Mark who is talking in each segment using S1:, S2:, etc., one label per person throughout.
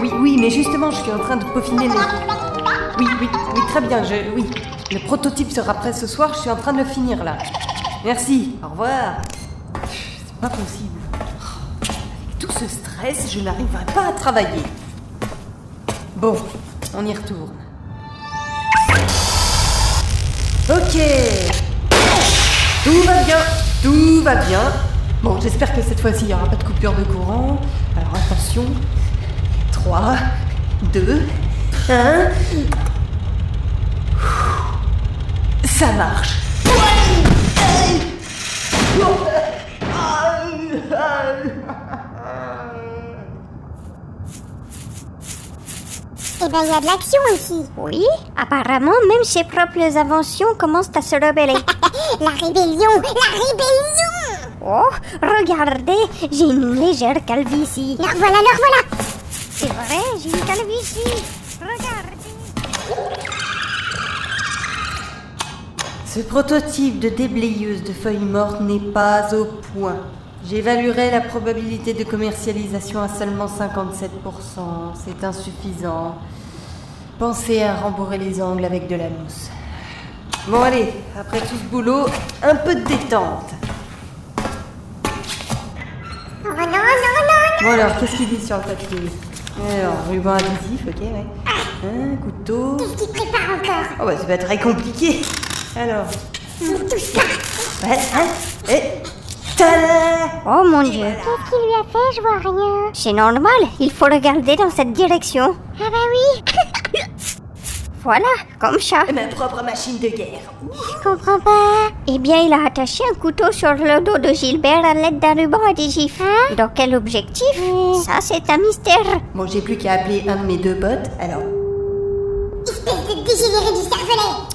S1: Oui, oui, mais justement, je suis en train de peaufiner les... Oui, oui, oui, très bien, je... Oui, le prototype sera prêt ce soir, je suis en train de le finir, là. Merci, au revoir. C'est pas possible. Avec tout ce stress, je n'arriverai pas à travailler. Bon, on y retourne. Ok. Tout va bien, tout va bien. Bon, j'espère que cette fois-ci, il n'y aura pas de coupure de courant. Alors attention. 3, 2, 1. Ça marche.
S2: Eh ben, il y a de l'action ici.
S3: Oui, apparemment, même ses propres inventions commencent à se rebeller.
S2: La rébellion, la rébellion
S3: Oh, regardez, j'ai une légère calvitie.
S2: Leur voilà, leur voilà
S3: C'est vrai, j'ai une calvitie. Regardez.
S1: Ce prototype de déblayeuse de feuilles mortes n'est pas au point. J'évaluerai la probabilité de commercialisation à seulement 57%. C'est insuffisant. Pensez à rembourrer les angles avec de la mousse. Bon allez, après tout ce boulot, un peu de détente.
S2: Oh non, non, non, non
S1: Bon alors, qu'est-ce qu'il dit sur le papier Alors, ruban adhésif, ok, ouais. Un couteau.
S2: Qu'est-ce qu'il prépare encore
S1: Oh bah c'est pas très compliqué. Alors,
S2: Ne touche pas
S1: ouais, hein, et... Tada
S3: Oh mon dieu.
S2: Qu'est-ce qu'il lui a fait Je vois rien.
S3: C'est normal, il faut regarder dans cette direction.
S2: Ah bah oui
S3: Voilà, comme ça.
S1: Ma propre machine de guerre.
S2: Je comprends pas.
S3: Eh bien, il a attaché un couteau sur le dos de Gilbert à l'aide d'un ruban adhésif.
S2: Hein
S3: Dans quel objectif
S2: Oui.
S3: Ça, c'est un mystère.
S1: Bon, j'ai plus qu'à appeler un de mes deux potes. Alors,
S2: Espèce de dégénéré du cervelet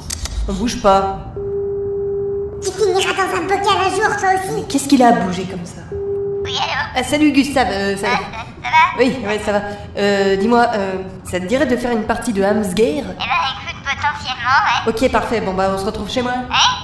S1: on bouge pas.
S2: Tu finiras dans un bocal un jour, toi aussi
S1: Qu'est-ce qu'il a à bouger comme ça
S2: Oui, alors
S1: Ah, salut Gustave, euh, ça va
S2: Ça va
S1: Oui, ouais, ça va. Euh, dis-moi, euh, ça te dirait de faire une partie de Hamsgeir
S2: Eh ben, écoute, potentiellement, ouais.
S1: Ok, parfait, bon bah on se retrouve chez moi.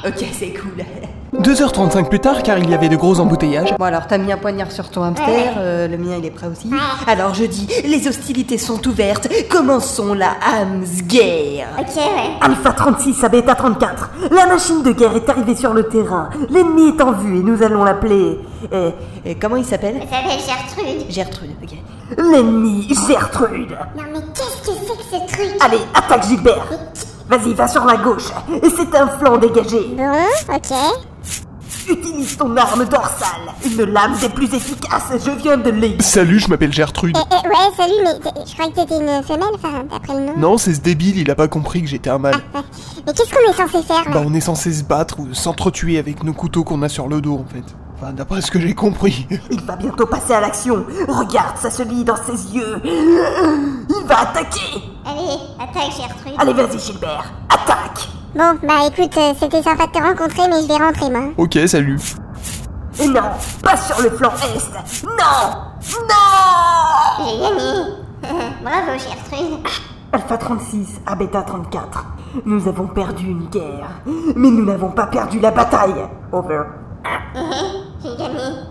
S1: Ok, c'est cool.
S4: 2h35 plus tard, car il y avait de gros embouteillages,
S1: Bon alors, t'as mis un poignard sur ton hamster, euh, le mien il est prêt aussi. Alors je dis, les hostilités sont ouvertes, commençons la Hamsgeir
S2: Ok, ouais.
S1: Alpha 36 à Beta 34, la machine de guerre est arrivée sur le terrain. L'ennemi est en vue et nous allons l'appeler... Euh, euh, comment il s'appelle
S2: Ça s'appelle Gertrude.
S1: Gertrude, ok. L'ennemi Gertrude
S2: Non, mais qu'est-ce que c'est que ce
S3: Ah.
S2: truc
S1: Allez, attaque Gilbert Vas-y, va sur la gauche C'est un flanc dégagé
S2: Bon, ok.
S1: Utilise ton arme dorsale Une lame des plus efficaces, je viens de les...
S4: Salut, je m'appelle Gertrude.
S2: Eh, eh, ouais, salut, mais t'es- je croyais que t'étais une femelle, enfin, d'après le nom. Ah,
S4: Non, c'est ce débile, il a pas compris que j'étais un mâle.
S2: Ouais. Mais qu'est-ce qu'on est censé faire là
S4: Bah, on est censé se battre ou s'entretuer avec nos couteaux qu'on a sur le dos, en fait. Enfin, d'après ce que j'ai compris.
S1: Il va bientôt passer à l'action Regarde, ça se lit dans ses yeux Il va attaquer
S2: Allez, attaque Gertrude.
S1: Allez, vas-y Gilbert, attaque
S2: Bon, bah écoute, euh, c'était sympa de te rencontrer, mais je vais rentrer moi.
S4: Ok, salut.
S1: Et non, pas sur le flanc est Non Non
S2: J'ai gagné. Bravo Gertrude.
S1: Alpha 36 à Beta 34. Nous avons perdu une guerre, mais nous n'avons pas perdu la bataille. Over.
S2: J'ai gagné.